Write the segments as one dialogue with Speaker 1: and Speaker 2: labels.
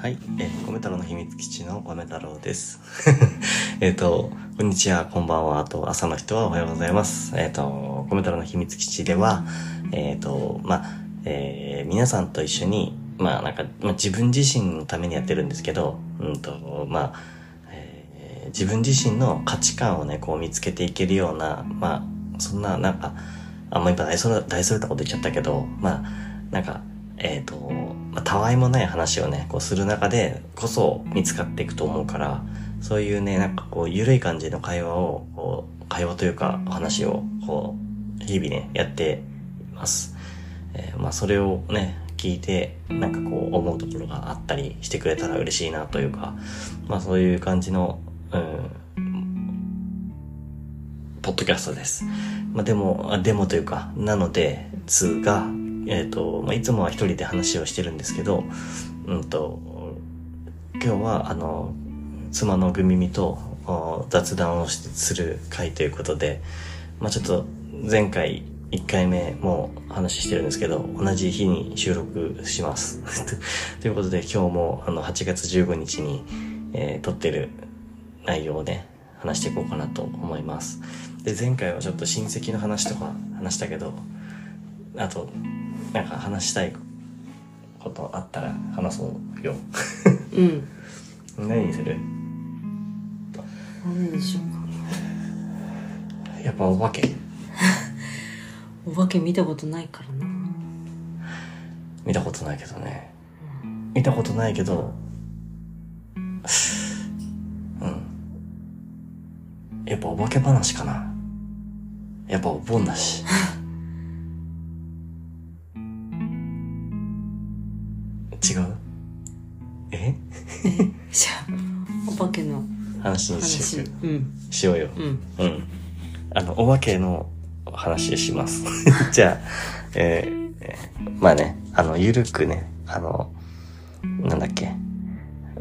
Speaker 1: はい、えー、米太郎の秘密基地の米太郎です。えっと、こんにちは、こんばんは、あと、朝の人はおはようございます。えっ、と、米太郎の秘密基地では、えっ、と、まあ、えー皆さんと一緒に、まあ、なんか、まあ、自分自身のためにやってるんですけど、うんと、まあ、えー自分自身の価値観をね、こう見つけていけるような、まあ、そんな、なんか、あんまり大それ、大それたこと言っちゃったけど、まあ、なんか、えっ、と、まあ、たわいもない話をね、こうする中でこそ見つかっていくと思うから、そういうね、なんかこう、ゆるい感じの会話を、こう、会話というか、お話を、こう、日々ね、やっています。えーまあ、それをね、聞いて、なんかこう、思うところがあったりしてくれたら嬉しいなというか、まあ、そういう感じの、うん、ポッドキャストです。まあ、でも、あでもというか、なので、つが、えっ、と、まあ、いつもは一人で話をしてるんですけど、うんと、今日は、あの、妻のぐみみとお雑談をしする回ということで、まあ、ちょっと前回1回目も話してるんですけど、同じ日に収録します。 ということで今日もあの8月15日に、えー撮ってる内容をね、話していこうかなと思います。で、前回はちょっと親戚の話とか話したけど、あと、なんか話したいことあったら話そうよ。
Speaker 2: うん。
Speaker 1: 何にする
Speaker 2: 何でしょうか。
Speaker 1: やっぱお化け
Speaker 2: お化け見たことないからな。
Speaker 1: 見たことないけどね。見たことないけど、うん。やっぱお化け話かな。やっぱお盆だし。 違うえ
Speaker 2: じゃあ、お化けの
Speaker 1: 話にし
Speaker 2: 話。
Speaker 1: よう
Speaker 2: うん。
Speaker 1: しようよ。
Speaker 2: うん。
Speaker 1: うん。あの、お化けの話します。 じゃあ、えーえーまあね、あの、ゆるくね、あの、なんだっけ、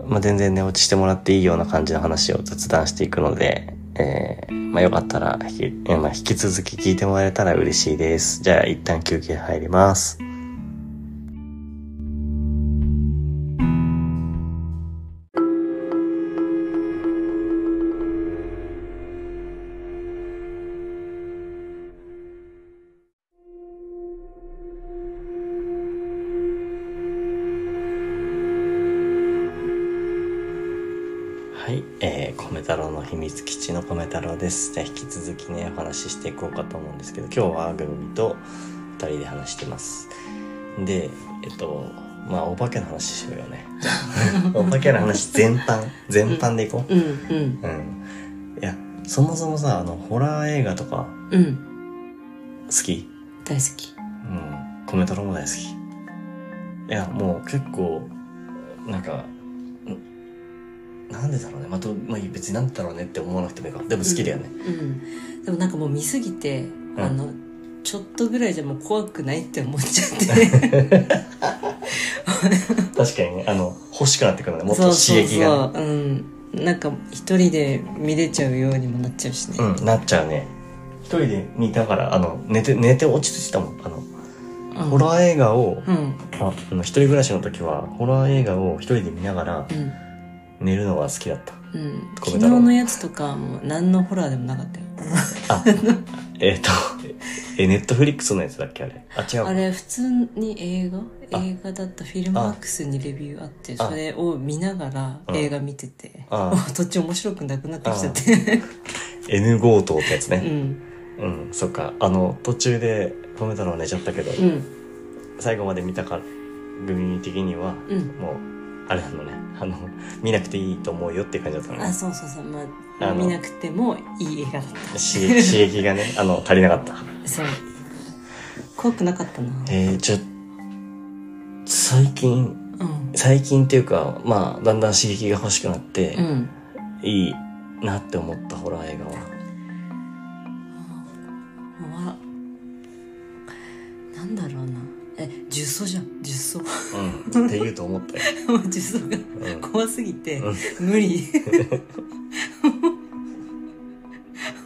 Speaker 1: まあ、全然寝落ちしてもらっていいような感じの話を雑談していくので、えーまあ、よかったら引き、えーまあ、引き続き聞いてもらえたら嬉しいです。じゃあ、一旦休憩入ります。はい、えー、米太郎の秘密基地の米太郎です。じゃあ引き続きね、お話ししていこうかと思うんですけど、今日はぐみと二人で話してます。で、えっと、まあ、お化けの話しようよね。じゃあお化けの話全般、全般でいこ
Speaker 2: うん。うん。
Speaker 1: う。うん。いや、そもそもさ、あの、ホラー映画とか
Speaker 2: うん。
Speaker 1: 好き
Speaker 2: 大好き。
Speaker 1: うん、コメ太郎も大好き。いや、もう結構、なんか、んなんでだろうね。まあ、とまあ、別になんでだろうねって思わなくてもいいか。でも好きだよね。
Speaker 2: うん。でもなんかもう見すぎて、
Speaker 1: ん
Speaker 2: あの、ちょっとぐらいじゃもう怖くないって思っちゃって。
Speaker 1: 確かにね、あの、欲しくなってく るのね。もっと刺激がね、
Speaker 2: そうそうそう。うん。なんか一人で見れちゃうようにもなっちゃうしね。
Speaker 1: うん、なっちゃうね。一人で見たから、あの、寝て、寝て落ち着いてたもん。あの、
Speaker 2: うん
Speaker 1: ホラー映画を、
Speaker 2: うん。
Speaker 1: ああの、一人暮らしの時は、ホラー映画を一人で見ながら
Speaker 2: うん。
Speaker 1: 寝るのが好きだった。
Speaker 2: うん。
Speaker 1: ごめ
Speaker 2: 昨
Speaker 1: ん
Speaker 2: 日
Speaker 1: な
Speaker 2: のやつとかもう何のホラーでもなかったよ。
Speaker 1: あ、えっと、え、ネットフリックスのやつだっけあれ。あ、違う。
Speaker 2: あれ普通に映画
Speaker 1: あ
Speaker 2: 映画だったフィルムワックスにレビューあって
Speaker 1: あ
Speaker 2: それを見ながら
Speaker 1: うん
Speaker 2: 映画見てて
Speaker 1: あ
Speaker 2: 途中面白くなくなってきちゃって
Speaker 1: N 強盗ってやつ
Speaker 2: う
Speaker 1: ね。
Speaker 2: ん
Speaker 1: うん、そっか。あの、途中で褒めたのは寝ちゃったけど、
Speaker 2: うん
Speaker 1: 最後まで見たから、組的には、
Speaker 2: うん
Speaker 1: もう、あれなのね。あの、見なくていいと思うよっていう感じだったの
Speaker 2: あ
Speaker 1: ね。
Speaker 2: そうそうそうま
Speaker 1: あ
Speaker 2: あ
Speaker 1: の
Speaker 2: 見なくてもいい映画だった
Speaker 1: 刺激、刺激がね、あの、足りなかった。
Speaker 2: そう怖くなかったな
Speaker 1: えー、じゃ、最近、
Speaker 2: うん
Speaker 1: 最近っていうか、まあ、だんだん刺激が欲しくなって
Speaker 2: う、ん
Speaker 1: いいなって思ったホラー映画は。
Speaker 2: はなんだろうなえ十層じゃん十 層も
Speaker 1: うん。って言うと思ったよ。
Speaker 2: う十層が
Speaker 1: うん。
Speaker 2: 怖すぎて
Speaker 1: うん
Speaker 2: 無理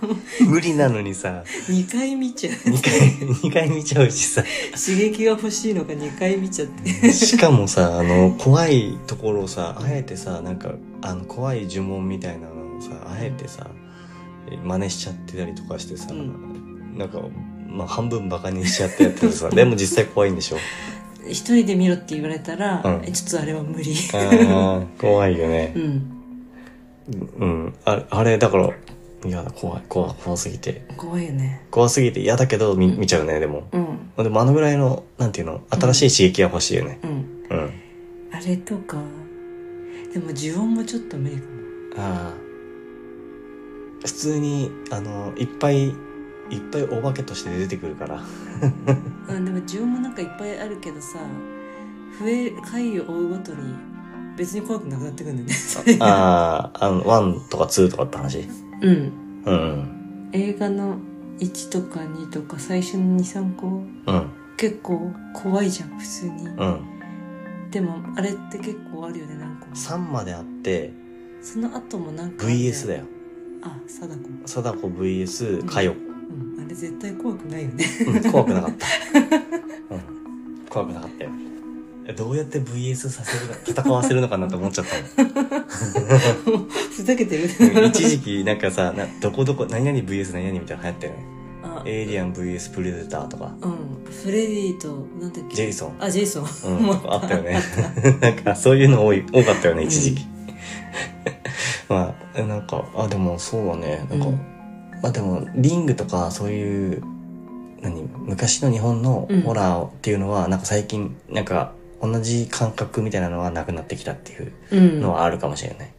Speaker 2: もう
Speaker 1: 無理なのにさ、
Speaker 2: 2回見ちゃう
Speaker 1: 2回、二回見ちゃうしさ。
Speaker 2: 刺激が欲しいのか2回見ちゃって
Speaker 1: しかもさ、あの、怖いところをさ、あえてさ、なんか、あの、怖い呪文みたいなのをさ、あえてさ、え真似しちゃってたりとかしてさ、
Speaker 2: う
Speaker 1: なんか、まあ、半分バカにしちゃってやってるさ、 でも実際怖いんでしょ
Speaker 2: 一人で見ろって言われたら、
Speaker 1: うん
Speaker 2: えちょっとあれは無理
Speaker 1: あー怖いよね
Speaker 2: う。ん
Speaker 1: うん。あれ、あれだから、いや、怖い、怖い、怖すぎて。
Speaker 2: 怖いよね
Speaker 1: 怖すぎて嫌だけど、見見ちゃうね、でも。
Speaker 2: うん
Speaker 1: でもあのぐらいの、なんていうの、新しい刺激が欲しいよね。
Speaker 2: うん
Speaker 1: うん。
Speaker 2: あれとかでも呪音もちょっと無理かも
Speaker 1: ああ。普通に、あの、いっぱい、いっぱいお化けとして出てくるから。
Speaker 2: うん、でも呪音もなんかいっぱいあるけどさ増え回を追うごとに別に怖くなくなってくるんだよねそれが
Speaker 1: ああ、あの、1とか2とかって話。
Speaker 2: うん
Speaker 1: うん。
Speaker 2: 映画の1とか2とか最初の23個
Speaker 1: うん。
Speaker 2: 結構怖いじゃん普通に、
Speaker 1: うん。
Speaker 2: でもあれって結構あるよねなんか
Speaker 1: 3まであって、
Speaker 2: その後もなんかあるんよ
Speaker 1: VS だよ。
Speaker 2: あ貞子
Speaker 1: 貞子 VS 佳代子。
Speaker 2: うんあれ絶対怖くな いよね
Speaker 1: うん怖くなか った。うん。怖くなかったよ。どうやって VS させるの、戦わせるのかなと思っちゃったもん。
Speaker 2: ふざけてる
Speaker 1: うん 一時期なんかさなどこどこ何々 VS 何々みたいなの流行ったよね
Speaker 2: あ
Speaker 1: エイリアン VS プレデターとか
Speaker 2: うんフレディとなんだっけ
Speaker 1: ジェイソン、
Speaker 2: あジェイソン
Speaker 1: うん、とかあったよね なんかそういうの多い多かったよね一時期、 まあなんかあでもそうだねなんか、
Speaker 2: うん
Speaker 1: まあでもリングとかそういう何昔の日本の
Speaker 2: うん
Speaker 1: ホラーっていうのは、なんか最近なんか同じ感覚みたいなのはなくなってきたっていう
Speaker 2: うん
Speaker 1: のはあるかもしれない、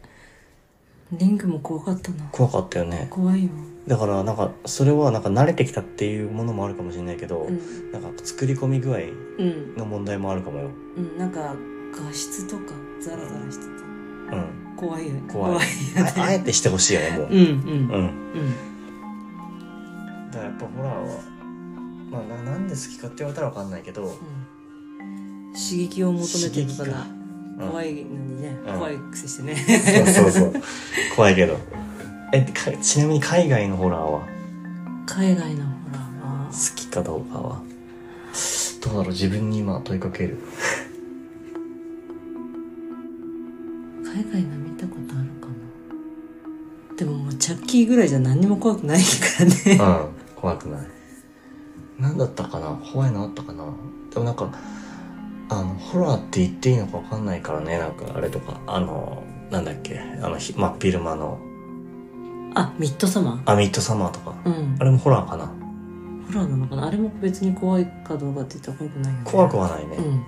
Speaker 2: リングも怖かったな
Speaker 1: 怖かったよね
Speaker 2: 怖いよ
Speaker 1: だからなんかそれはなんか慣れてきたっていうものもあるかもしれないけど、
Speaker 2: うん
Speaker 1: なんか作り込み具合
Speaker 2: うん、
Speaker 1: の問題もあるかもよ。
Speaker 2: うん、なんか画質とかザラザラしてて
Speaker 1: うん。
Speaker 2: 怖いよね
Speaker 1: 怖い
Speaker 2: よ
Speaker 1: あ
Speaker 2: ね
Speaker 1: あえてしてほしいよね、も
Speaker 2: うんうん
Speaker 1: う。うん。
Speaker 2: うん
Speaker 1: だからやっぱホラーは、まあななんで好きかって言われたらわかんないけど、
Speaker 2: うん刺激を求めてる
Speaker 1: 刺
Speaker 2: か
Speaker 1: 激
Speaker 2: ら
Speaker 1: かうん
Speaker 2: 怖いのにね
Speaker 1: うん
Speaker 2: 怖いくせし てね
Speaker 1: そうそう そう。怖いけど。え、かちなみに海外のホラーは
Speaker 2: 海外のホラーは
Speaker 1: 好きかどうかはどうだろう自分に今問いかける。
Speaker 2: 海外の見たことあるかなでももうチャッキーぐらいじゃ何にも怖くないから
Speaker 1: う
Speaker 2: ね
Speaker 1: ん。怖くない。なんだったかな怖いのあったかなでもなんか、あの、ホラーって言っていいのかわかんないからね、なんかあれとか、あの、なんだっけ、あの、ひ真っ昼間の、
Speaker 2: あミッドサマ
Speaker 1: アミッドサマーとか。
Speaker 2: ーうん
Speaker 1: あれもホラーかな
Speaker 2: ホラーなのかなあれも別に怖いかどうかって言ったら怖くないよね
Speaker 1: 怖くはないね。
Speaker 2: うん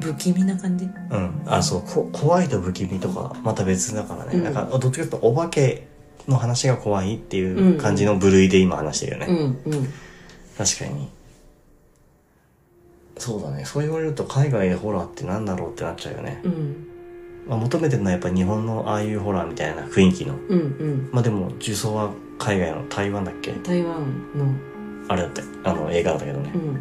Speaker 2: 不気味な感じ
Speaker 1: うん。あ、そう、こ怖いと不気味とか、また別だからね。
Speaker 2: うん
Speaker 1: なんか、どっちかというと、お化けの話が怖いっていう感じの部類で今話してるよね。
Speaker 2: うんうん
Speaker 1: 確かに。そうだね。そう言われると、海外でホラーってなんだろうってなっちゃうよね。
Speaker 2: うん
Speaker 1: まあ、求めてるのはやっぱ日本のああいうホラーみたいな雰囲気の。
Speaker 2: うんうん
Speaker 1: まあでも、重曹は海外の台湾だっけ
Speaker 2: 台湾の
Speaker 1: あれだって、あの映画だけどね
Speaker 2: う。ん
Speaker 1: うん。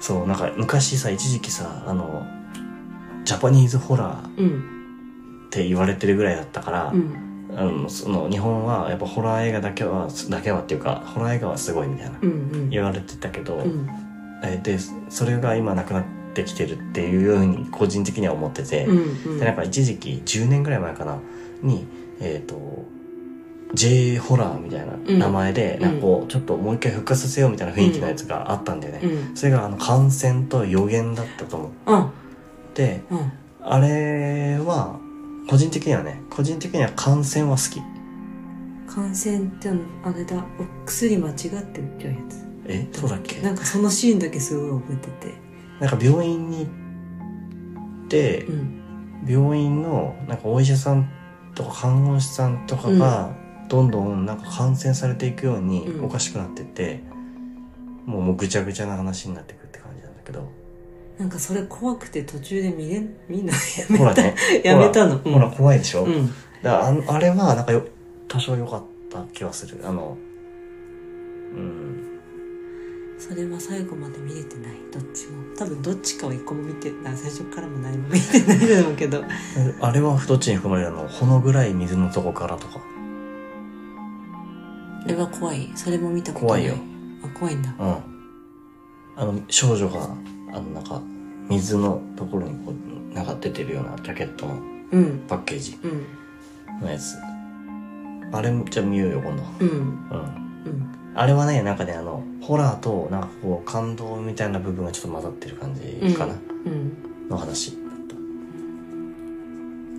Speaker 1: そう、なんか昔さ、一時期さ、あの、ジャパニーズホラーっ
Speaker 2: うん
Speaker 1: て言われてるぐらいだったから、
Speaker 2: うん
Speaker 1: あの、その日本はやっぱホラー映画だけは、だけはっていうか、ホラー映画はすごいみたいな
Speaker 2: うんうん
Speaker 1: 言われてたけど、
Speaker 2: うん
Speaker 1: えーでそれが今なくなってきてるっていうように個人的には思ってて、
Speaker 2: うんうん
Speaker 1: でなんか一時期10年ぐらい前かなにえっ、と J ホラーみたいな名前で、
Speaker 2: うん
Speaker 1: なんかこうちょっともう一回復活させようみたいな雰囲気のやつがあったんだよね、
Speaker 2: うん
Speaker 1: それがあの感染と予言だったと思っ
Speaker 2: あ
Speaker 1: て
Speaker 2: うん
Speaker 1: あれは個人的にはね個人的には感染は好き
Speaker 2: 感染ってあれだお薬間違って売っちゃうやつ
Speaker 1: えそうだっけ
Speaker 2: なんかそのシーンだけすごい覚えて
Speaker 1: なんか病院に行って、
Speaker 2: てうん
Speaker 1: 病院のなんかお医者さんとか看護師さんとかがどんどんなんか感染されていくように
Speaker 2: うん
Speaker 1: おかしくなってって、もうもうぐちゃぐちゃな話になってくるって感じなんだけど
Speaker 2: なんかそれ怖くて途中で見れん見んなや
Speaker 1: ほら
Speaker 2: めた、
Speaker 1: ね
Speaker 2: やめたの
Speaker 1: ほら怖いでしょ、
Speaker 2: うん、うん、
Speaker 1: だからあのあれはなんかよ多少良かった気はするあのうん
Speaker 2: それは最後まで見れてないどっちも多分どっちかは一個も見てない最初からも何も見てないだろうけど
Speaker 1: あれはどっちに含まれるのほの暗い水のとこからとか
Speaker 2: れは怖い それも見たことな
Speaker 1: 怖
Speaker 2: い
Speaker 1: いよ
Speaker 2: あ怖いんだ
Speaker 1: うんあの少女があのなんか水のところにこうなんか出てるようなジャケットの
Speaker 2: うん
Speaker 1: パッケージ
Speaker 2: うん
Speaker 1: のやつあれじゃあ見ようよ今度
Speaker 2: うん
Speaker 1: うん
Speaker 2: うん
Speaker 1: あれはねなんかねあのホラーとなんかこう感動みたいな部分がちょっと混ざってる感じかな、
Speaker 2: うん
Speaker 1: の話だった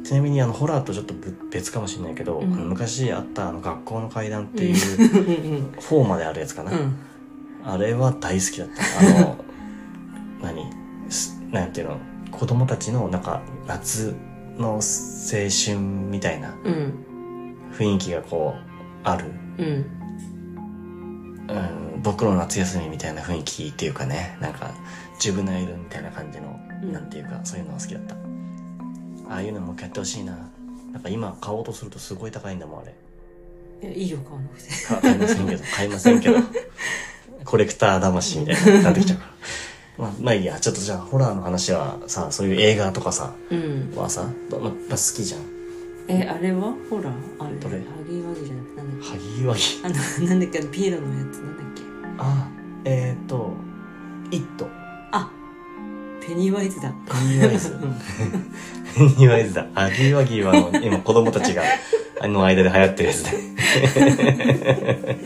Speaker 1: ちなみにあのホラーとちょっとぶ別かもしれないけど、
Speaker 2: うん
Speaker 1: あの昔あったあの学校の階段って
Speaker 2: う
Speaker 1: いうん
Speaker 2: うん
Speaker 1: 4まであるやつかな、
Speaker 2: うん
Speaker 1: あれは大好きだったあ の何すなんていうの子供たちのなんか夏の青春みたいな
Speaker 2: うん
Speaker 1: 雰囲気がこうある、
Speaker 2: うん
Speaker 1: うん、僕の夏休みみたいな雰囲気っていうかねなんかジュブナイルみたいな感じの、
Speaker 2: うん
Speaker 1: なんていうかそういうのが好きだったああいうのもう一回やってほしいななんか今買おうとするとすごい高いんだもんあれ
Speaker 2: いやいいよ買わなくて
Speaker 1: か買いませんけど買いませんけどコレクター魂みたいになってきちゃうからまあまあいいやちょっとじゃあホラーの話はさそういう映画とかさ
Speaker 2: うん
Speaker 1: はさ、まま好きじゃん
Speaker 2: えあれはほらあれ
Speaker 1: どれ
Speaker 2: ハギーワギじゃなくてなんだっ
Speaker 1: ハ
Speaker 2: け
Speaker 1: ギーワギ
Speaker 2: あのなんだっけあのピエロのやつなんだっけ
Speaker 1: あえっ、ー、と「イット」
Speaker 2: あペニーワイ ズだ
Speaker 1: ペニーワイズペニーワイズだ。アギーワギーはあの、今子供たちが、あの間で流行ってるやつね。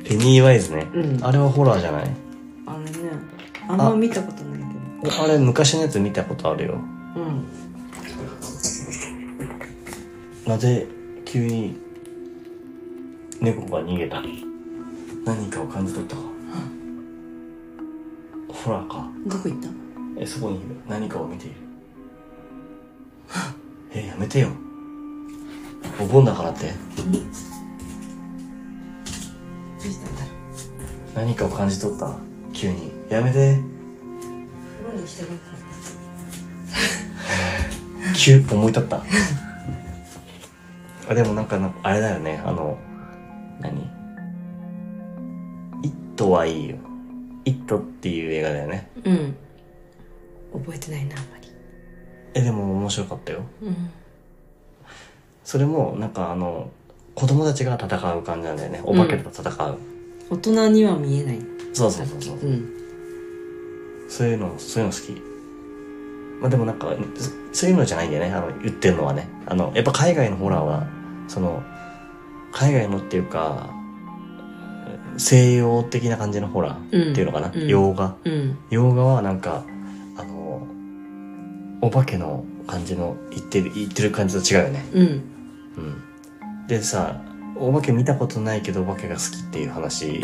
Speaker 1: ペニーワイズね。
Speaker 2: うん
Speaker 1: あれはホラーじゃない
Speaker 2: あれねあんま見たことないけ
Speaker 1: あれ昔のやつ見たことあるよ。
Speaker 2: どうん
Speaker 1: なぜ急に猫が逃げた何かを感じ取ったか。ホラーか。
Speaker 2: どこ行った
Speaker 1: え、そこにいる何かを見ている。え、やめてよ。お盆だからって。
Speaker 2: どうしたんだろ
Speaker 1: 何かを感じ取った急にやめて
Speaker 2: う風呂に来てる
Speaker 1: 急思い立ったあでもなんかなあれだよねあの何「イット!」はいいよ「イット!」っていう映画だよね
Speaker 2: うん覚えてないなあんまり
Speaker 1: えでも面白かったよ
Speaker 2: うん
Speaker 1: それもなんかあの子供たちが戦う感じなんだよねお化けと戦う、
Speaker 2: 大人には見えない
Speaker 1: そうそうそうそう
Speaker 2: うん
Speaker 1: そういうのそういうの好きまあでもなんかそそういうのじゃないんだよねあの言ってるのはねあのやっぱ海外のホラーはその海外のっていうか西洋的な感じのホラーっていうのかな、
Speaker 2: うんうん
Speaker 1: 洋画
Speaker 2: うん
Speaker 1: 洋画はなんかあのお化けの感じの言ってる言ってる感じと違うよね
Speaker 2: うん
Speaker 1: うんでさお化け見たことないけどお化けが好きっていう 話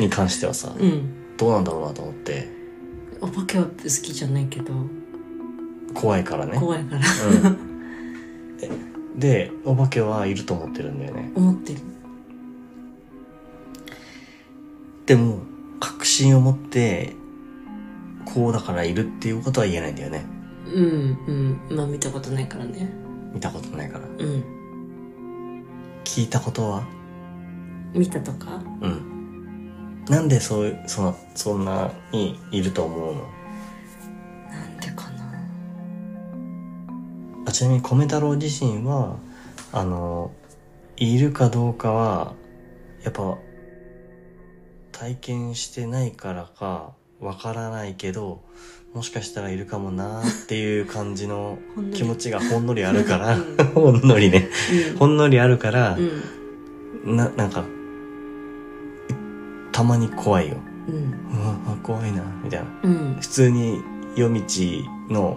Speaker 1: に関してはさ
Speaker 2: うん
Speaker 1: どうなんだろうなと思って
Speaker 2: お化けは好きじゃないけど
Speaker 1: 怖いからね
Speaker 2: 怖いから
Speaker 1: うん、でお化けはいると思ってるんだよね
Speaker 2: 思ってる
Speaker 1: でも確信を持ってこうだからいるっていうことは言えないんだよね
Speaker 2: うんうんまあ見たことないからね
Speaker 1: 見たことないから
Speaker 2: うん
Speaker 1: 聞いたことは
Speaker 2: 見たとか
Speaker 1: うんなんでそういうそのそんなにいると思うの
Speaker 2: なんでかな
Speaker 1: あちなみに米太郎自身はあのいるかどうかはやっぱ体験してないからかわからないけどもしかしたらいるかもなーっていう感じ の
Speaker 2: ほんのり
Speaker 1: 気持ちがほんのりあるから
Speaker 2: うん
Speaker 1: ほんのりね
Speaker 2: うん
Speaker 1: ほんのりあるから
Speaker 2: うん
Speaker 1: ななんかたまに怖いよ
Speaker 2: うん
Speaker 1: うわあ怖いなみたいな
Speaker 2: うん
Speaker 1: 普通に夜道の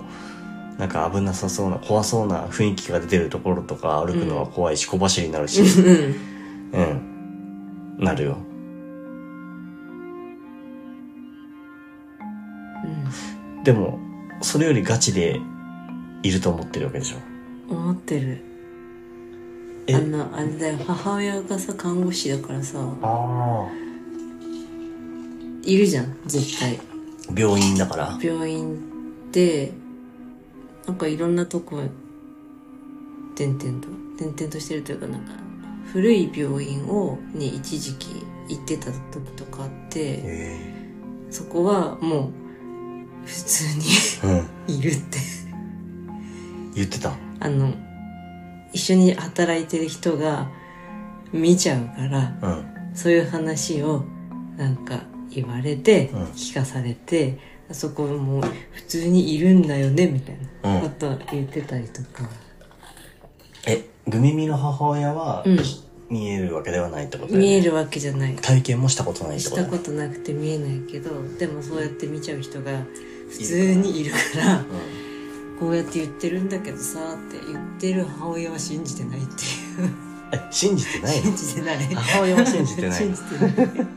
Speaker 1: なんか危なさそうな怖そうな雰囲気が出てるところとか歩くのは怖いし、小走りになるし
Speaker 2: うん
Speaker 1: うんなるよでもそれよりガチでいると思ってるわけでしょ
Speaker 2: 思ってる
Speaker 1: え
Speaker 2: あのあれだよ母親がさ看護師だからさ
Speaker 1: あ
Speaker 2: いるじゃん絶対
Speaker 1: あ病院だから
Speaker 2: 病院でなんかいろんなとこ転々と転々としてるというかなんか古い病院をに一時期行ってた時とかあって
Speaker 1: え
Speaker 2: そこはもう普通
Speaker 1: えうん
Speaker 2: に いるって
Speaker 1: 言ってた
Speaker 2: あの一緒に働いてる人が見ちゃうから、
Speaker 1: うん。
Speaker 2: そういう話をなんか言われて、
Speaker 1: うん
Speaker 2: 聞かされて、あそこもう普通にいるんだよね、みたいな
Speaker 1: う
Speaker 2: こ
Speaker 1: ん
Speaker 2: と言ってたりとか。
Speaker 1: え、グミミの母親は、
Speaker 2: うん
Speaker 1: 見えるわけではないってことだよね
Speaker 2: 見えるわけじゃない。
Speaker 1: 体験もしたことないって
Speaker 2: し
Speaker 1: こと
Speaker 2: た
Speaker 1: だ
Speaker 2: こ
Speaker 1: ね
Speaker 2: となくて見えないけど、でもそうやって見ちゃう人が普通にいるから、こうやって言ってるんだけどさって言ってる母親は信じてないっていう。
Speaker 1: うん。え、信じてないの
Speaker 2: 信じてない。
Speaker 1: 母親は信じてない
Speaker 2: 信
Speaker 1: の
Speaker 2: じてない。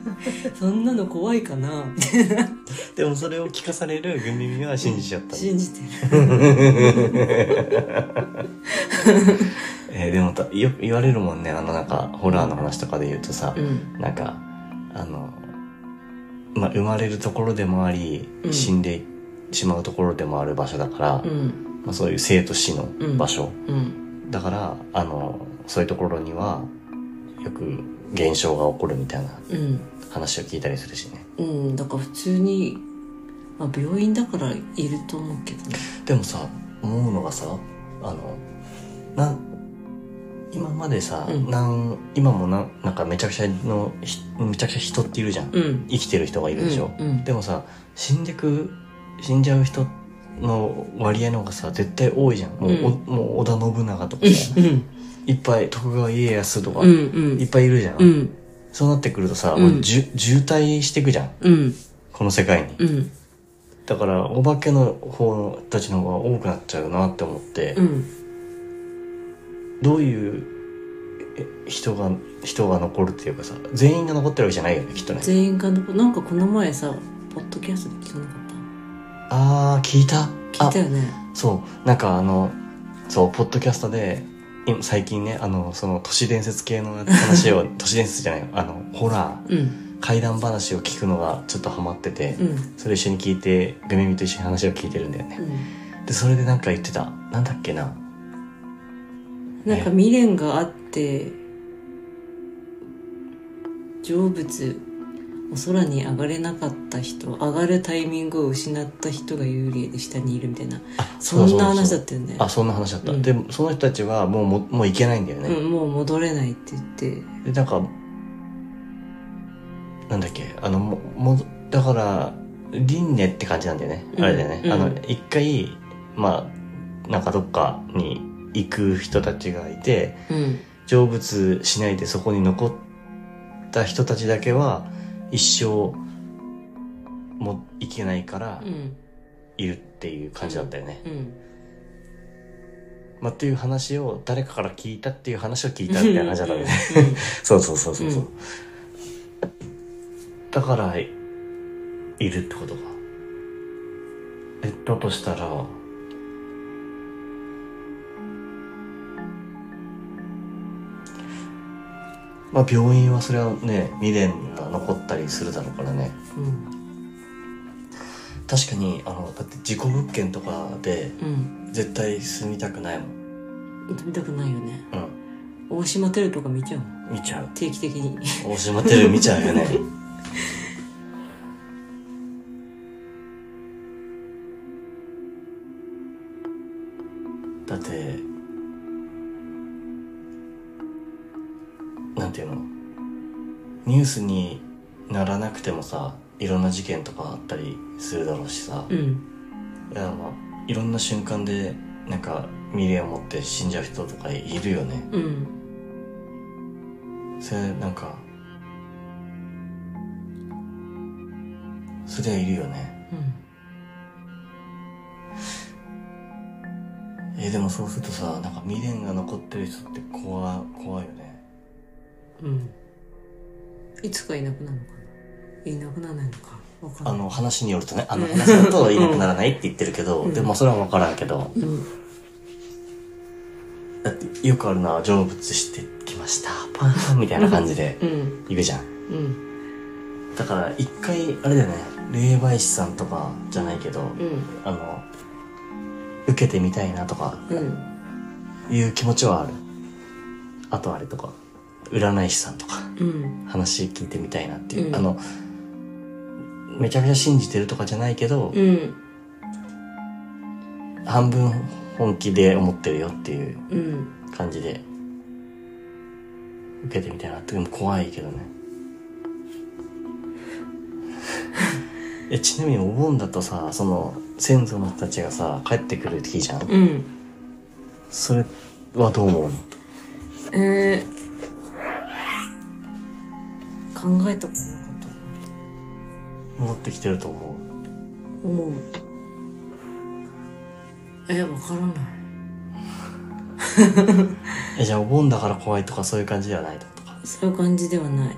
Speaker 2: そんなの怖いかなみたい
Speaker 1: でもそれを聞かされるグミミは信じちゃっ
Speaker 2: な
Speaker 1: たの
Speaker 2: 信じてる。
Speaker 1: えーでもたよく言われるもんねあのなんかホラーの話とかで言うとさ、
Speaker 2: うん。
Speaker 1: なんかあの、まあ、生まれるところでもあり、
Speaker 2: うん
Speaker 1: 死んでしまうところでもある場所だから、
Speaker 2: うん。
Speaker 1: まあ、そういう生と死の場所、
Speaker 2: うん。
Speaker 1: だからあのそういうところにはよく現象が起こるみたいな
Speaker 2: うん。
Speaker 1: 話を聞いたりするしね
Speaker 2: うん、だから普通に、まあ、病院だからいると思うけどね。
Speaker 1: でもさ思うのがさあのなん今までさ、
Speaker 2: うん
Speaker 1: なん今もななんかめちゃくちゃのひめちゃくちゃ人っているじゃん、
Speaker 2: うん。
Speaker 1: 生きてる人がいるでしょ、
Speaker 2: うんうん
Speaker 1: でもさ死んでく死んじゃう人の割合の方がさ絶対多いじゃんもう,お、
Speaker 2: うん
Speaker 1: もう織田信長とかさ
Speaker 2: うん。
Speaker 1: いっぱい徳川家康とか、
Speaker 2: うん。う
Speaker 1: いっ
Speaker 2: ん。
Speaker 1: ぱいいるじゃん、
Speaker 2: うん。
Speaker 1: そうなってくるとさ、
Speaker 2: うん
Speaker 1: もうじゅ渋滞してくじゃん
Speaker 2: うん。
Speaker 1: この世界に、
Speaker 2: うん。
Speaker 1: だからお化けの方たちの方が多くなっちゃうなって思って、
Speaker 2: うん。
Speaker 1: どういうえ人が人が残るっていうかさ全員が残ってるわけじゃないよねきっとね
Speaker 2: 全員がの、なんかこの前さ、ポッドキャストで聞かなか
Speaker 1: ああ聞いた
Speaker 2: った聞
Speaker 1: あ
Speaker 2: いたよね。
Speaker 1: そうなんかあのそうポッドキャストで今最近ねあのその都市伝説系の話 を都市伝説じゃないあのホラー
Speaker 2: うん。
Speaker 1: 怪談話を聞くのがちょっとハマってて、
Speaker 2: うん。
Speaker 1: それ一緒に聞いてグミミと一緒に話を聞いてるんだよね
Speaker 2: うん。
Speaker 1: でそれでなんか言ってたなんだっけな
Speaker 2: なんか未練があって、成仏、お空に上がれなかった人、上がるタイミングを失った人が幽霊で下にいるみたいな、
Speaker 1: あ
Speaker 2: そんな話だ
Speaker 1: っ
Speaker 2: ったよね。
Speaker 1: あそんな話だった、
Speaker 2: うん
Speaker 1: でその人たちはもうももう行けないんだよね、
Speaker 2: うん、もう戻れないって言って。
Speaker 1: でなんかなんだっけあのももだから輪廻って感じなんだよね、
Speaker 2: うん
Speaker 1: あれだよね、
Speaker 2: うん
Speaker 1: あの一回まあなんかどっかに行く人たちがいて
Speaker 2: うん。
Speaker 1: 成仏しないでそこに残った人たちだけは一生も行けないから
Speaker 2: うん。
Speaker 1: いるっていう感じだったよね、
Speaker 2: うん。
Speaker 1: まあっていう話を誰かから聞いたっていう話を聞いたみたいな感じだったよねそうそうそうそうそう、
Speaker 2: う
Speaker 1: だからいいるってことかえだとしたらまあ病院はそれはね未練が残ったりするだろうからね
Speaker 2: うん。
Speaker 1: 確かにあのだって事故物件とかで
Speaker 2: うん。
Speaker 1: 絶対住みたくないもん
Speaker 2: うん。食べたくないよね。
Speaker 1: うん
Speaker 2: 大島テレとか見ちゃうもん
Speaker 1: 見ちゃう
Speaker 2: 定期的に。
Speaker 1: 大島テレビ見ちゃうよねだってなんていうのニュースにならなくてもさいろんな事件とかあったりするだろうしさ、
Speaker 2: うん。
Speaker 1: いやまあいろんな瞬間でなんか未練を持って死んじゃう人とかいるよね、
Speaker 2: うん。
Speaker 1: それなんかそりゃいるよねえでもそうするとさなんか未練が残ってる人って怖怖いよね
Speaker 2: うん。うん。いつかいなくなるのかないなくならないのかわかん
Speaker 1: あ
Speaker 2: ない。
Speaker 1: の話によるとねあの話だといなくならないって言ってるけど、
Speaker 2: うん
Speaker 1: でもそれは分からんけど
Speaker 2: うん。
Speaker 1: だってよくあるのは成仏してきましたパーンみたいな感じで
Speaker 2: うん。
Speaker 1: いるじゃん
Speaker 2: うん。
Speaker 1: だから一回あれだよね霊媒師さんとかじゃないけど、
Speaker 2: うん。
Speaker 1: あの受けてみたいなとか
Speaker 2: うん。
Speaker 1: いう気持ちはあるあとあれとか占い師さんとか
Speaker 2: うん。
Speaker 1: 話聞いてみたいなっていう、
Speaker 2: うん
Speaker 1: あのめちゃくちゃ信じてるとかじゃないけど、
Speaker 2: うん。
Speaker 1: 半分本気で思ってるよっていう
Speaker 2: うん。
Speaker 1: 感じで受けてみたいなってでも怖いけどね えちなみにお盆だとさその先祖の人たちがさ帰ってくる日じゃん
Speaker 2: うん
Speaker 1: それはどう思うの
Speaker 2: えー、考えたことなかっ
Speaker 1: 戻ってきてると思
Speaker 2: た思うえわからな
Speaker 1: うえじゃあお盆だから怖いとかそういう感じではないってことか
Speaker 2: いそういう感じではない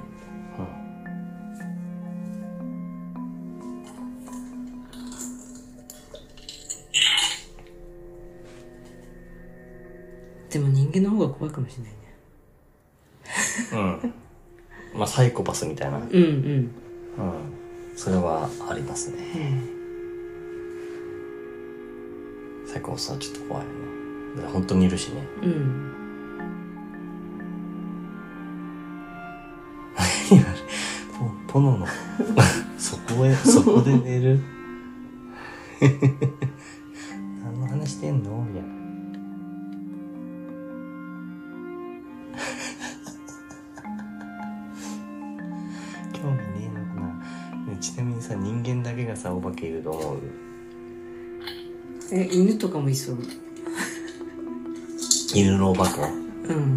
Speaker 2: でも人間の方が怖いかもしれないね
Speaker 1: うん、うん、まあサイコパスみたいなうん
Speaker 2: うんうん
Speaker 1: それはありますねサイコパスはちょっと怖いよねだから本当にいるしね
Speaker 2: うん
Speaker 1: ポポノの そこへそこで寝る何の話してんのみたいな 興味ねえのかなねちなみにさ人間だけがさお化けいると思う
Speaker 2: え犬とかもいそう
Speaker 1: 犬のお化け
Speaker 2: う
Speaker 1: うんん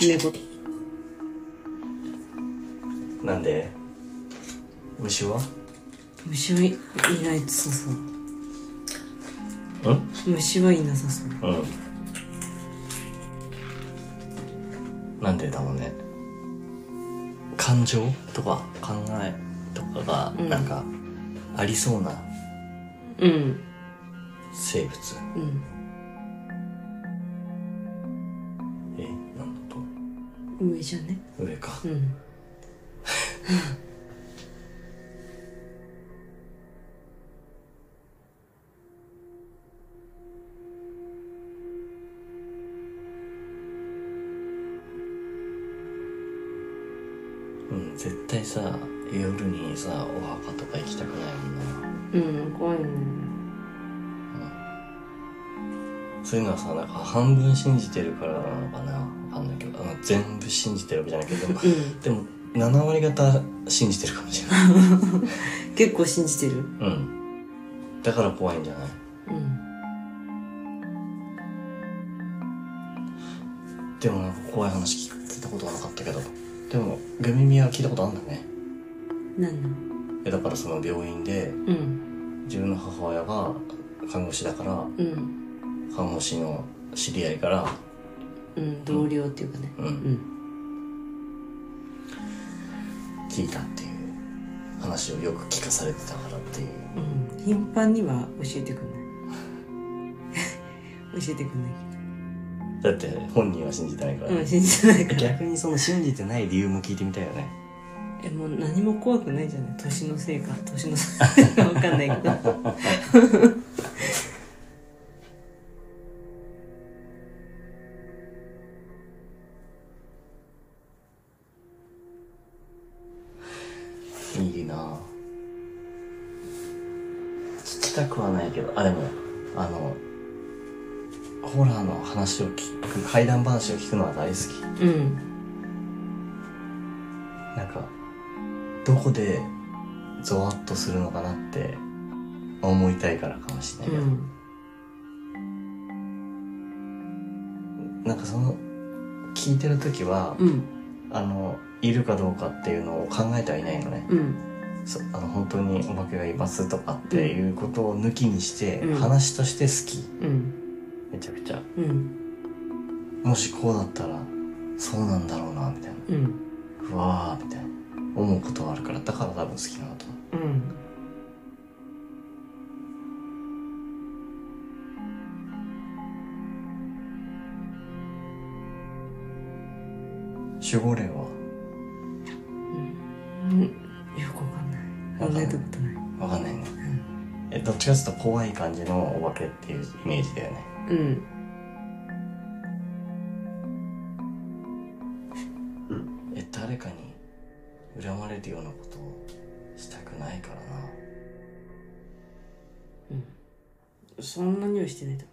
Speaker 2: 猫
Speaker 1: なんで虫は
Speaker 2: 虫はいいないとさそう
Speaker 1: うん
Speaker 2: 虫はいなさそう
Speaker 1: うんなんでだろうね感情とか考えとか
Speaker 2: う
Speaker 1: が
Speaker 2: ん
Speaker 1: なんかありそうな
Speaker 2: うん
Speaker 1: 生物、
Speaker 2: うん
Speaker 1: えなんだ
Speaker 2: 上じゃね
Speaker 1: と上か
Speaker 2: うん
Speaker 1: うん絶対さ夜にさお墓とか行きたくないもんな
Speaker 2: うん怖いね
Speaker 1: そういうのはさなんか半分信じてるからなのかなわかんないけどあの全部信じてるわけじゃないけど
Speaker 2: う
Speaker 1: でも7割方信じてるかもしれない
Speaker 2: ん結構信じてる
Speaker 1: うんだから怖いんじゃない
Speaker 2: うん
Speaker 1: でもなんか怖い話聞いたことはなかったけどでもグミミは聞いたことあんだね
Speaker 2: なんだ
Speaker 1: えだからその病院で
Speaker 2: うん
Speaker 1: 自分の母親が看護師だから
Speaker 2: うん
Speaker 1: 看護師の知り合いから
Speaker 2: うん同僚っていうかね
Speaker 1: うん
Speaker 2: ん
Speaker 1: 聞いたっていう話をよく聞かされてたからっていう
Speaker 2: うん頻繁には教えてくんない教えてくんない
Speaker 1: だって本人は信じてないから、
Speaker 2: けどうん信じてないから
Speaker 1: 逆にその信じてない理由も聞いてみたいよね
Speaker 2: えもう何も怖くないじゃない年のせいか年のせいか分かんないけど
Speaker 1: いいなぁ聞きたくはないけどあでもあのホラーの話を聞く怪談話を聞くのは大好き
Speaker 2: うん
Speaker 1: なんかどこでゾワッとするのかなって思いたいからかもしれないうけど、
Speaker 2: ん
Speaker 1: なんかその聞いてる時は、
Speaker 2: うん
Speaker 1: あのいるかどうかっていうのを考えてはいないのね、
Speaker 2: うん
Speaker 1: そあの本当にお化けがいますとかっていうことを抜きにして、
Speaker 2: うん
Speaker 1: 話として好き
Speaker 2: うん
Speaker 1: めちゃくちゃ
Speaker 2: うん
Speaker 1: もしこうだったらそうなんだろうなみたいな
Speaker 2: うん
Speaker 1: うわーみたいな思うことはあるからだから多分好きなんだと思う
Speaker 2: うん
Speaker 1: 守護霊は
Speaker 2: うんよくわかんない
Speaker 1: わかんない
Speaker 2: 考えたことない
Speaker 1: わかんないね、えどっちかっていうと怖い感じのお化けっていうイメージだよね
Speaker 2: うん
Speaker 1: え誰かに恨まれるようなことをしたくないからな
Speaker 2: そんなにはしてないと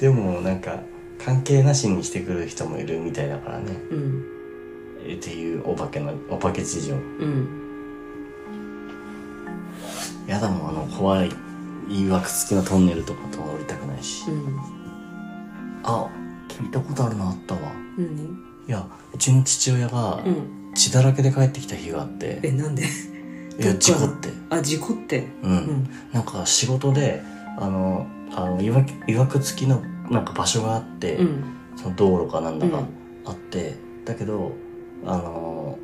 Speaker 1: でもなんか関係なしにしてくる人もいるみたいだからね。
Speaker 2: うん
Speaker 1: えっていうお化けの、お化け事情。
Speaker 2: うん
Speaker 1: やだもん、あの、怖い、誘惑付きのトンネルとか通りたくないし
Speaker 2: う。ん
Speaker 1: あ、聞いたことあるのあったわ。
Speaker 2: 何
Speaker 1: いや、うちの父親が
Speaker 2: うん
Speaker 1: 血だらけで帰ってきた日があって、
Speaker 2: えなんで
Speaker 1: いや、
Speaker 2: どっ
Speaker 1: 事
Speaker 2: から
Speaker 1: 故って。
Speaker 2: あ事故って
Speaker 1: う。
Speaker 2: うんん
Speaker 1: なんか仕事で、あの、あの、いわく、いわくつきの、なんか場所があって、
Speaker 2: うん
Speaker 1: その道路かなん
Speaker 2: う
Speaker 1: だか
Speaker 2: ん
Speaker 1: あって、だけど、あの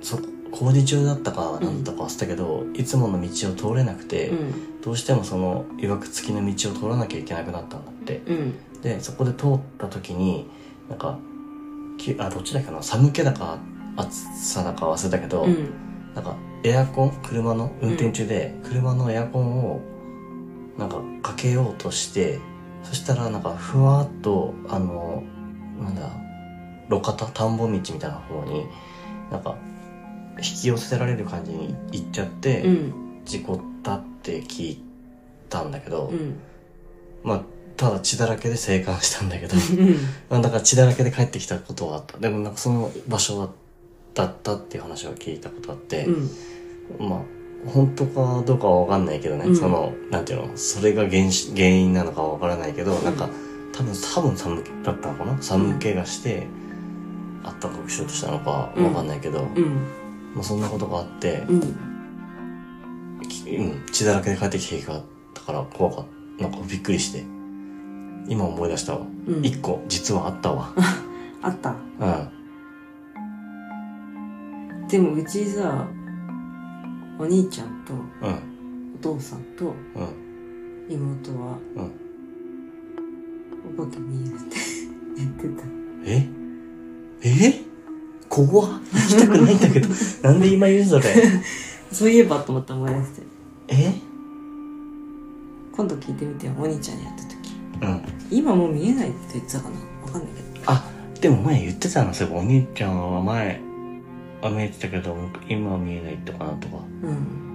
Speaker 1: ーそ、工事中だったかなんだったか忘れたけど、いつもの道を通れなくて、
Speaker 2: うん
Speaker 1: どうしてもその、いわくつきの道を通らなきゃいけなくなったんだって。
Speaker 2: うん
Speaker 1: で、そこで通った時に、なんか、きあ、どっちだっけな、寒気だか、暑さだか忘れたけど、
Speaker 2: うん
Speaker 1: なんかエアコン車の運転中で、車のエアコンをなんかかけようとしてそしたらなんかふわっとあのなんだ路肩田んぼ道みたいな方になんか引き寄せられる感じに行っちゃって、
Speaker 2: うん
Speaker 1: 事故ったって聞いたんだけど、
Speaker 2: うん
Speaker 1: まあただ血だらけで生還したんだけ ど
Speaker 2: うん
Speaker 1: まあだから血だらけで帰ってきたことはあったでもなんかその場所だったっていう話を聞いたことあって、
Speaker 2: うん
Speaker 1: まあ、本当かどうかは分かんないけどね、
Speaker 2: うん
Speaker 1: その、なんていうの、それが原因原因なのかは分からないけど、
Speaker 2: ん
Speaker 1: なんか、多分、多分寒気だったのかな寒気がして、あったかくしようとしたのか分かんないけど、
Speaker 2: うん
Speaker 1: まあそんなことがあって、
Speaker 2: うん
Speaker 1: きうん、血だらけで帰ってきた日があったから怖かった。なんかびっくりして。今思い出したわ。
Speaker 2: うん
Speaker 1: 一、個、実はあった わ。
Speaker 2: あった
Speaker 1: うん。
Speaker 2: でもうちさお兄ちゃんと
Speaker 1: うん。
Speaker 2: お父さんと
Speaker 1: うん。
Speaker 2: 妹は
Speaker 1: うん。
Speaker 2: お化けにやってやってた
Speaker 1: ええ怖っ 行きたくないんだ けど。なんで今言うそれ。
Speaker 2: そういえばと思って思い出して
Speaker 1: え
Speaker 2: 今度聞いてみてよお兄ちゃんにやった時
Speaker 1: うん。
Speaker 2: 今もう見えないって言ってたかなわかんないけど
Speaker 1: あ、でも前言ってたな、そういえばお兄ちゃんは前、あ、見えてたけど、今は見えないとかなんとか。
Speaker 2: うん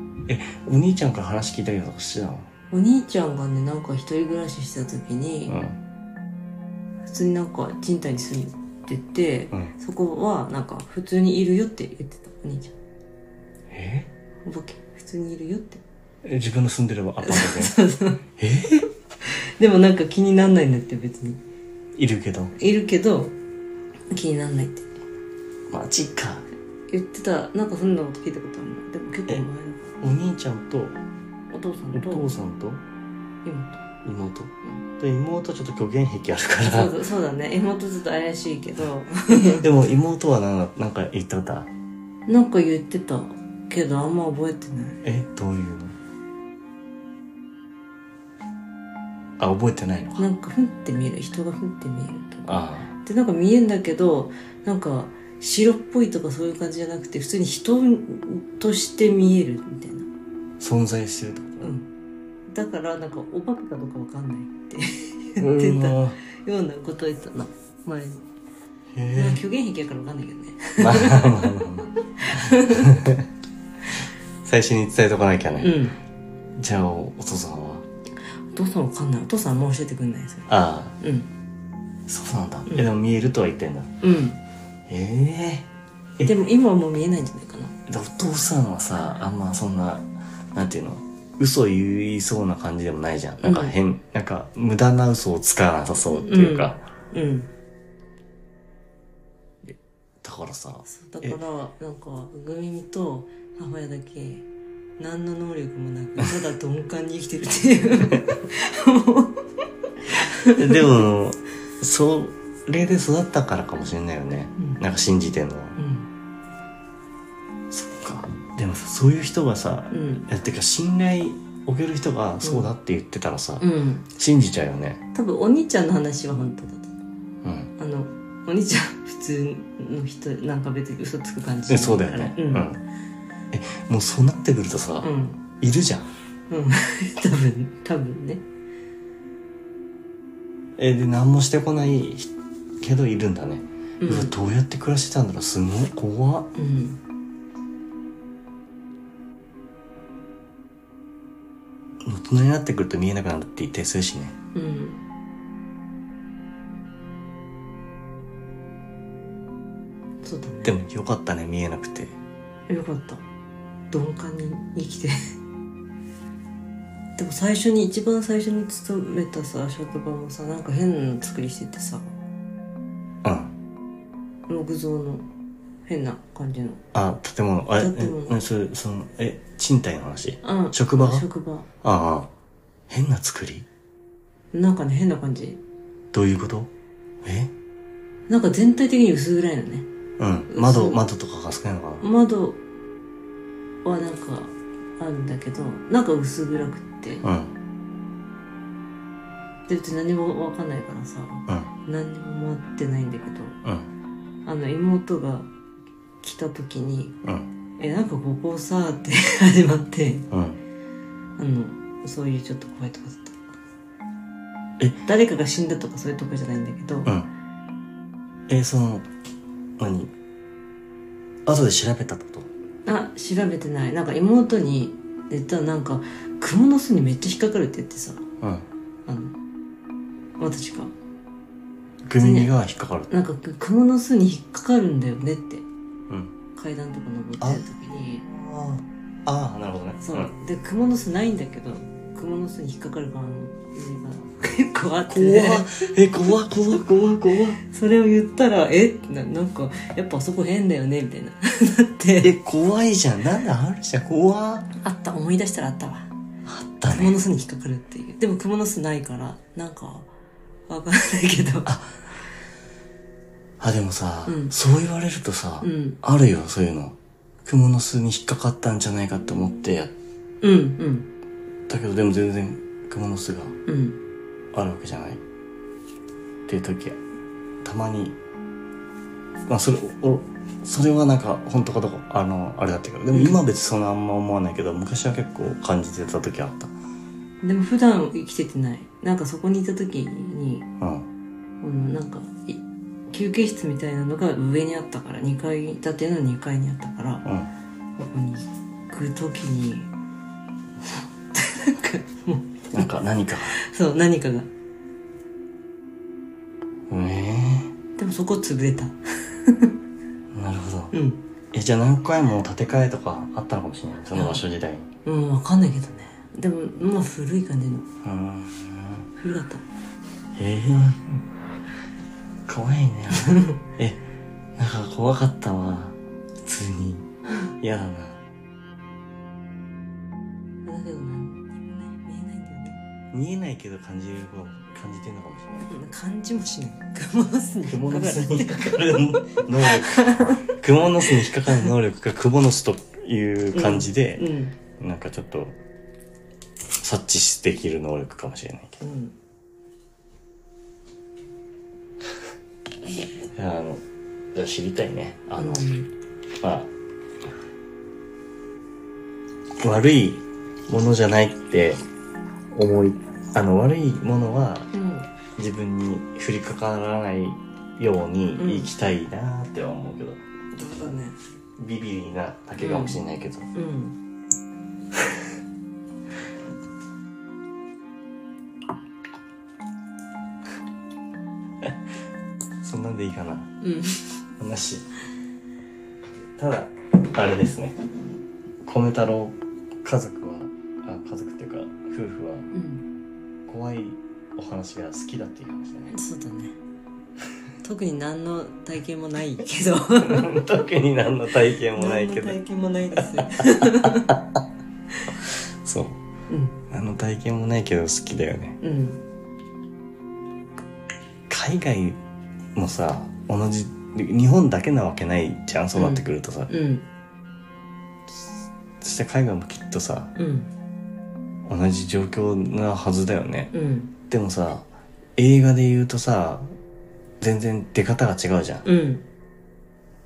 Speaker 1: お兄ちゃんから話聞いたけど、してたの
Speaker 2: お兄ちゃんがねなんか一人暮らししてた時に、
Speaker 1: うん。
Speaker 2: 普通になんか賃貸に住んでて、
Speaker 1: うん。
Speaker 2: そこはなんか普通にいるよって言ってたお兄ちゃ
Speaker 1: え
Speaker 2: んお化け普通にいるよって
Speaker 1: え自分の住んでるア パート
Speaker 2: でもなんか気になんないんだって別に
Speaker 1: でいるけど。
Speaker 2: いるけど気になんないって
Speaker 1: マジか。
Speaker 2: 言ってたなんかそんなこと聞いたことあるなでも結構前だか
Speaker 1: お兄ちゃんと、
Speaker 2: らお父さ
Speaker 1: お
Speaker 2: んと
Speaker 1: 父さんと、
Speaker 2: 妹
Speaker 1: 妹。で、妹はちょっと虚言癖あるか
Speaker 2: そう
Speaker 1: ら。
Speaker 2: だそうだね妹ちょっと怪しいけど
Speaker 1: でも妹はなんかなんか言ったことある
Speaker 2: なんか言ってたけどあんま覚えてない
Speaker 1: えどういうのあ、覚えてないのか。
Speaker 2: なんかふんって見える人がふんって見えるとか
Speaker 1: あ
Speaker 2: でなんか見えんだけどなんか白っぽいとかそういう感じじゃなくて普通に人として見えるみたいな
Speaker 1: あ、存在してるってこ
Speaker 2: うんだからなんかお化けかどうかわかんないって
Speaker 1: と
Speaker 2: 言ってた
Speaker 1: う わ
Speaker 2: ようなこと言ってたな前に、
Speaker 1: へ
Speaker 2: まあ
Speaker 1: え
Speaker 2: 虚言癖やからわかんないけどね
Speaker 1: まあまあまあまあ最初に伝えとかなきゃね、
Speaker 2: うん
Speaker 1: じゃあお父さんは
Speaker 2: お父さんわかんないお父さんも教えてくんないそれ
Speaker 1: あ
Speaker 2: う
Speaker 1: あ
Speaker 2: ん
Speaker 1: そうなんだ、
Speaker 2: ん
Speaker 1: えでも見えるとは言ってんだ
Speaker 2: う
Speaker 1: ええ
Speaker 2: んでも今はもう見えないんじゃないかな
Speaker 1: えでお父さんはさあんまそんななんていうの嘘言いそうな感じでもないじゃんなんか変、なんか無駄な嘘をつかなさそうっていうか、
Speaker 2: うん
Speaker 1: だからさ
Speaker 2: そうだからなんかぐみみと母親だけ何の能力もなくただ鈍感に生きてるって い う
Speaker 1: でもそれで育ったからかもしれないよね、
Speaker 2: うん
Speaker 1: なんか信じてんのは、
Speaker 2: うん
Speaker 1: そっかでもさそういう人がさ、
Speaker 2: うん
Speaker 1: いやてか信頼を受ける人がそうだって言ってたらさ、
Speaker 2: うん
Speaker 1: 信じちゃうよね
Speaker 2: 多分お兄ちゃんの話は本当だと
Speaker 1: うん
Speaker 2: あのお兄ちゃん普通の人なんか別に嘘つく感じ
Speaker 1: えそうだよね
Speaker 2: う
Speaker 1: うんえもうそうなってくるとさ、
Speaker 2: うん
Speaker 1: いるじゃん
Speaker 2: うん 多分多分ね
Speaker 1: えで何もしてこないひけどいるんだね、
Speaker 2: う
Speaker 1: うんわどうやって暮らしてたんだろうすごい怖っ
Speaker 2: うん
Speaker 1: 大人になってくると見えなくなるって言ったりするしね
Speaker 2: うん
Speaker 1: でもよかったね、見えなくて。
Speaker 2: よかった鈍感に生きて でも最初に一番最初に勤めたさ職場もさなんか変な作りしててさ
Speaker 1: うん。
Speaker 2: 木造の変な感じの
Speaker 1: あ、建物、あれ、
Speaker 2: 建物
Speaker 1: え、それ、その、え、賃貸の話
Speaker 2: あ
Speaker 1: 職場があ
Speaker 2: 職場
Speaker 1: あ、変な作り
Speaker 2: なんかね変な感じ
Speaker 1: どういうことえ
Speaker 2: なんか全体的に薄暗いのね
Speaker 1: うん。
Speaker 2: 嘘
Speaker 1: 窓、窓とかが少ないのかな
Speaker 2: 窓はなんかあるんだけどなんか薄暗くって
Speaker 1: うん、
Speaker 2: でうち何もわかんないからさ
Speaker 1: うん、
Speaker 2: 何にも回ってないんだけど
Speaker 1: うん、
Speaker 2: あの妹が来た時に
Speaker 1: うん、
Speaker 2: 「えなんかここさ」って 始まって
Speaker 1: うん。
Speaker 2: あのそういうちょっと怖いとこだった
Speaker 1: え
Speaker 2: 誰かが死んだとかそういうとこじゃないんだけど、
Speaker 1: うん。え、その、何後で調べたってこと
Speaker 2: あ調べてないなんか妹に実はなんか蜘蛛の巣にめっちゃ引っかかるって言ってさ
Speaker 1: うん。
Speaker 2: あの私が
Speaker 1: グミが引っかかる。
Speaker 2: なんか蜘蛛の巣に引っかかるんだよねって
Speaker 1: うん。
Speaker 2: 階段とか登ってる時に
Speaker 1: ああ、なるほどね。
Speaker 2: そう、
Speaker 1: ん
Speaker 2: で蜘蛛の巣ないんだけど蜘蛛の巣に引っかかるから上が 怖って
Speaker 1: 怖っえ、怖っ怖っ怖っ 怖っ
Speaker 2: それを言ったら「えっ?」ななんか「やっぱあそこ変だよね」みたいな だって
Speaker 1: え、怖いじゃん。なんだ、あるじゃん。怖っ
Speaker 2: あった思い出したらあったわ
Speaker 1: だ
Speaker 2: 蜘蛛
Speaker 1: ね。
Speaker 2: の巣に引っかかるっていうでも蜘蛛の巣ないからなんかわかんないけど
Speaker 1: あ、でもさ、
Speaker 2: うん
Speaker 1: そう言われるとさ、
Speaker 2: うん
Speaker 1: あるよ、そういうの。蜘蛛の巣に引っかかったんじゃないかって思ってやっ
Speaker 2: うんうん
Speaker 1: たけど、でも全然蜘蛛の巣が
Speaker 2: うん
Speaker 1: あるわけじゃないっていう時、たまに、まあそれ、おそれはなんか本当かどうか、あの、あれだったけど、でも今は別にそんなあんま思わないけど、昔は結構感じてた時あった。
Speaker 2: でも普段生きててないなんかそこにいた時に
Speaker 1: うん。
Speaker 2: このなんかい休憩室みたいなのが上にあったから2階建ての2階にあったから
Speaker 1: うん。
Speaker 2: ここに行く時になんかもう
Speaker 1: なんか何か。
Speaker 2: そう何かが
Speaker 1: ええ
Speaker 2: でもそこ潰れた
Speaker 1: なるほど。
Speaker 2: うん
Speaker 1: え、じゃあ何回も建て替えとかあったのかもしれない。その場所自体に。
Speaker 2: うんわかんないけどねでもまあ古い感じの
Speaker 1: うん。
Speaker 2: 古かった
Speaker 1: ええ怖いね。 え、なんか怖かったわ。普通に。嫌だな。
Speaker 2: だけど何にもね見えないんだよね
Speaker 1: 見えないけど感じること、感じてんのかもしれない。
Speaker 2: うん感じもしない雲の巣に
Speaker 1: 蜘蛛の巣に引っかかる能 力。蜘蛛の巣に引っかかる能力が蜘蛛の巣という感じで、
Speaker 2: うん
Speaker 1: なんかちょっと、察知できる能力かもしれないけど。
Speaker 2: うん
Speaker 1: いやあのじゃあ知りたいねあ
Speaker 2: あ
Speaker 1: の、
Speaker 2: の
Speaker 1: まあ悪いものじゃないって思いあの悪いものは
Speaker 2: うん
Speaker 1: 自分に降りかからないよう
Speaker 2: うん
Speaker 1: に生きたいなっては思うけど、
Speaker 2: そうだね
Speaker 1: ビビリなだけかもしれないけど、
Speaker 2: うん
Speaker 1: そんなんでいいかな
Speaker 2: うん
Speaker 1: 話ただあれですね米太郎家族はあ家族っていうか夫婦は
Speaker 2: うん
Speaker 1: 怖いお話が好きだっていう話だね
Speaker 2: そうだね特に何の体験もないけど
Speaker 1: 特に何の体験もないけど
Speaker 2: 何の体験もないです
Speaker 1: そう
Speaker 2: うん
Speaker 1: 何の体験もないけど好きだよね
Speaker 2: うん
Speaker 1: 海外もさ同じ日本だけなわけないじゃんそうなってくるとさ、
Speaker 2: うん
Speaker 1: そして海外もきっとさ
Speaker 2: うん
Speaker 1: 同じ状況なはずだよね
Speaker 2: うん
Speaker 1: でもさ映画で言うとさ全然出方が違うじゃん
Speaker 2: うん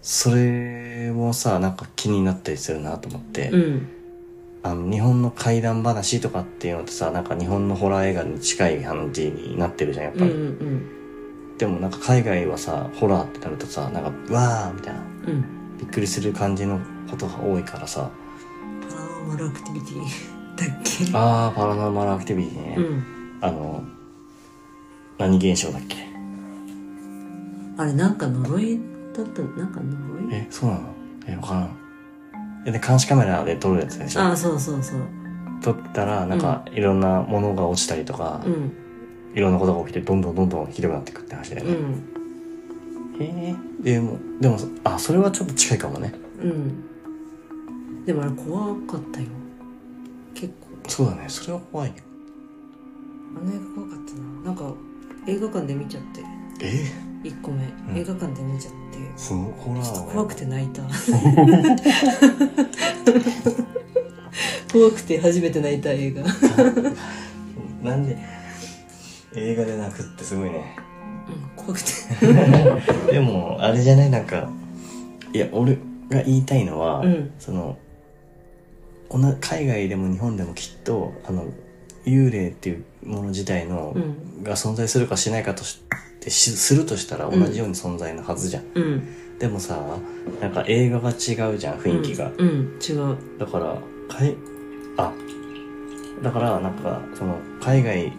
Speaker 1: それもさなんか気になったりするなと思って、
Speaker 2: うん
Speaker 1: あの、日本の怪談話とかっていうのってさ、なんか日本のホラー映画に近い話になってるじゃん、やっ
Speaker 2: うんう
Speaker 1: ぱり。
Speaker 2: ん
Speaker 1: でもなんか海外はさ、ホラーってなるとさ、なんか、わーみたいな、
Speaker 2: うん
Speaker 1: びっくりする感じのことが多いからさ、
Speaker 2: パラノーマルアクティビティだっけ
Speaker 1: あー、パラノーマルアクティビティね。
Speaker 2: うん
Speaker 1: あの、何現象だっけ
Speaker 2: あれなんか呪いだったなんか呪い
Speaker 1: え、そうなのえ、わからん。え、で、監視カメラで撮るやつでし
Speaker 2: あ
Speaker 1: ょ
Speaker 2: あそうそうそう
Speaker 1: 撮ったら、なんか、いろんなものが落ちたりとか
Speaker 2: う、ん
Speaker 1: いろんなことが起きて、どんどんどんどんひどくなっていくって話だよ
Speaker 2: う
Speaker 1: ね。
Speaker 2: ん
Speaker 1: へえ。でも、でも、あ、それはちょっと近いかもね。
Speaker 2: うんでもあれ怖かったよ結構
Speaker 1: そうだね。それは怖いよ。
Speaker 2: あの映画怖かったななんか映画館で見ちゃって
Speaker 1: え
Speaker 2: 1個目、
Speaker 1: ん
Speaker 2: 映画館で見ちゃって
Speaker 1: すごいホラ
Speaker 2: ちょっと
Speaker 1: ー
Speaker 2: 怖く
Speaker 1: て。
Speaker 2: て泣い た怖くて初めて泣いた映画
Speaker 1: なんで、映画で泣くってすごいね。
Speaker 2: うん怖くて
Speaker 1: でも、あれじゃないなんか、いや、俺が言いたいのは、
Speaker 2: うん
Speaker 1: その、おな海外でも日本でもきっと、あの、幽霊っていうもの自体の、
Speaker 2: うん
Speaker 1: が存在するかしないかとして、しするとしたら同じように存在のはずじゃん。
Speaker 2: うん
Speaker 1: でもさ、なんか映画が違うじゃん、雰囲気が。
Speaker 2: うん、うん違う
Speaker 1: だから、かい、あ、だから、なんか、その、海外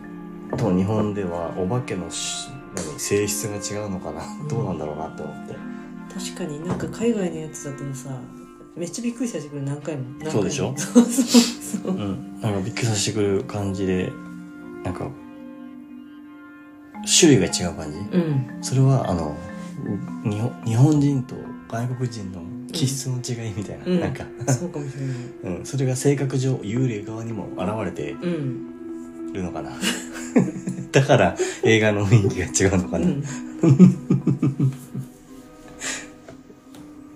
Speaker 1: と日本では、お化けのし、何、性質が違うのかな、
Speaker 2: ん
Speaker 1: どうなんだろうなって思って。
Speaker 2: 確かになんか海外のやつだとさめっちゃびっくりしたしこれ何回も何回も
Speaker 1: そうでしょ
Speaker 2: そうそうそう
Speaker 1: うん、なんかびっくりさせてくる感じで、なんか、種類が違う感じ、
Speaker 2: うん
Speaker 1: それは、あの、日本日本人と外国人の気質の違いみたいな、
Speaker 2: うん
Speaker 1: なんか、
Speaker 2: そうかもしれない
Speaker 1: うん、それが性格上幽霊側にも現れて
Speaker 2: うん
Speaker 1: るのか な。だから映画の雰囲気が違うのか
Speaker 2: う
Speaker 1: な。
Speaker 2: ん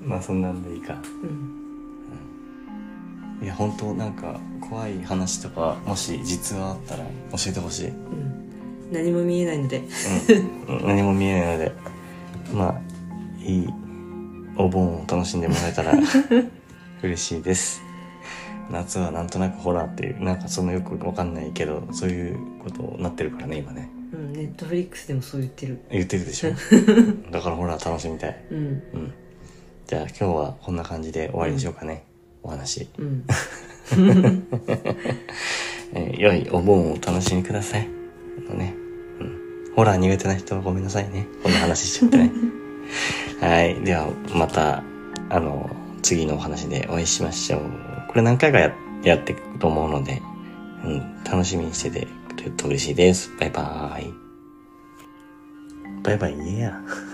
Speaker 1: まあそんなんでいいか。
Speaker 2: うん
Speaker 1: いや、本当なんか怖い話とか、もし実話あったら教えてほしい。
Speaker 2: うん何も見えないので
Speaker 1: うん、何も見えないので、まあ、いいお盆を楽しんでもらえた ら嬉しいです。夏はなんとなくホラーっていう、なんかそのよくわかんないけど、そういうことになってるからね、今ね。
Speaker 2: うんネットフリックスでもそう言ってる
Speaker 1: 言ってるで しょ。だからホラー楽しみたい。
Speaker 2: うん
Speaker 1: うん。じゃあ今日はこんな感じで終わりにしようかね。お話。
Speaker 2: うん
Speaker 1: えー良いお盆をお楽しみください。あのね。うん。ホラー苦手な人はごめんなさいね。こんな話しちゃって ね。はい。では、また、あの、次のお話でお会いしましょう。これ何回かややっていくと思うので、うん、楽しみにしててくれると嬉しいです。バイバーイ。バイバイ、イエー。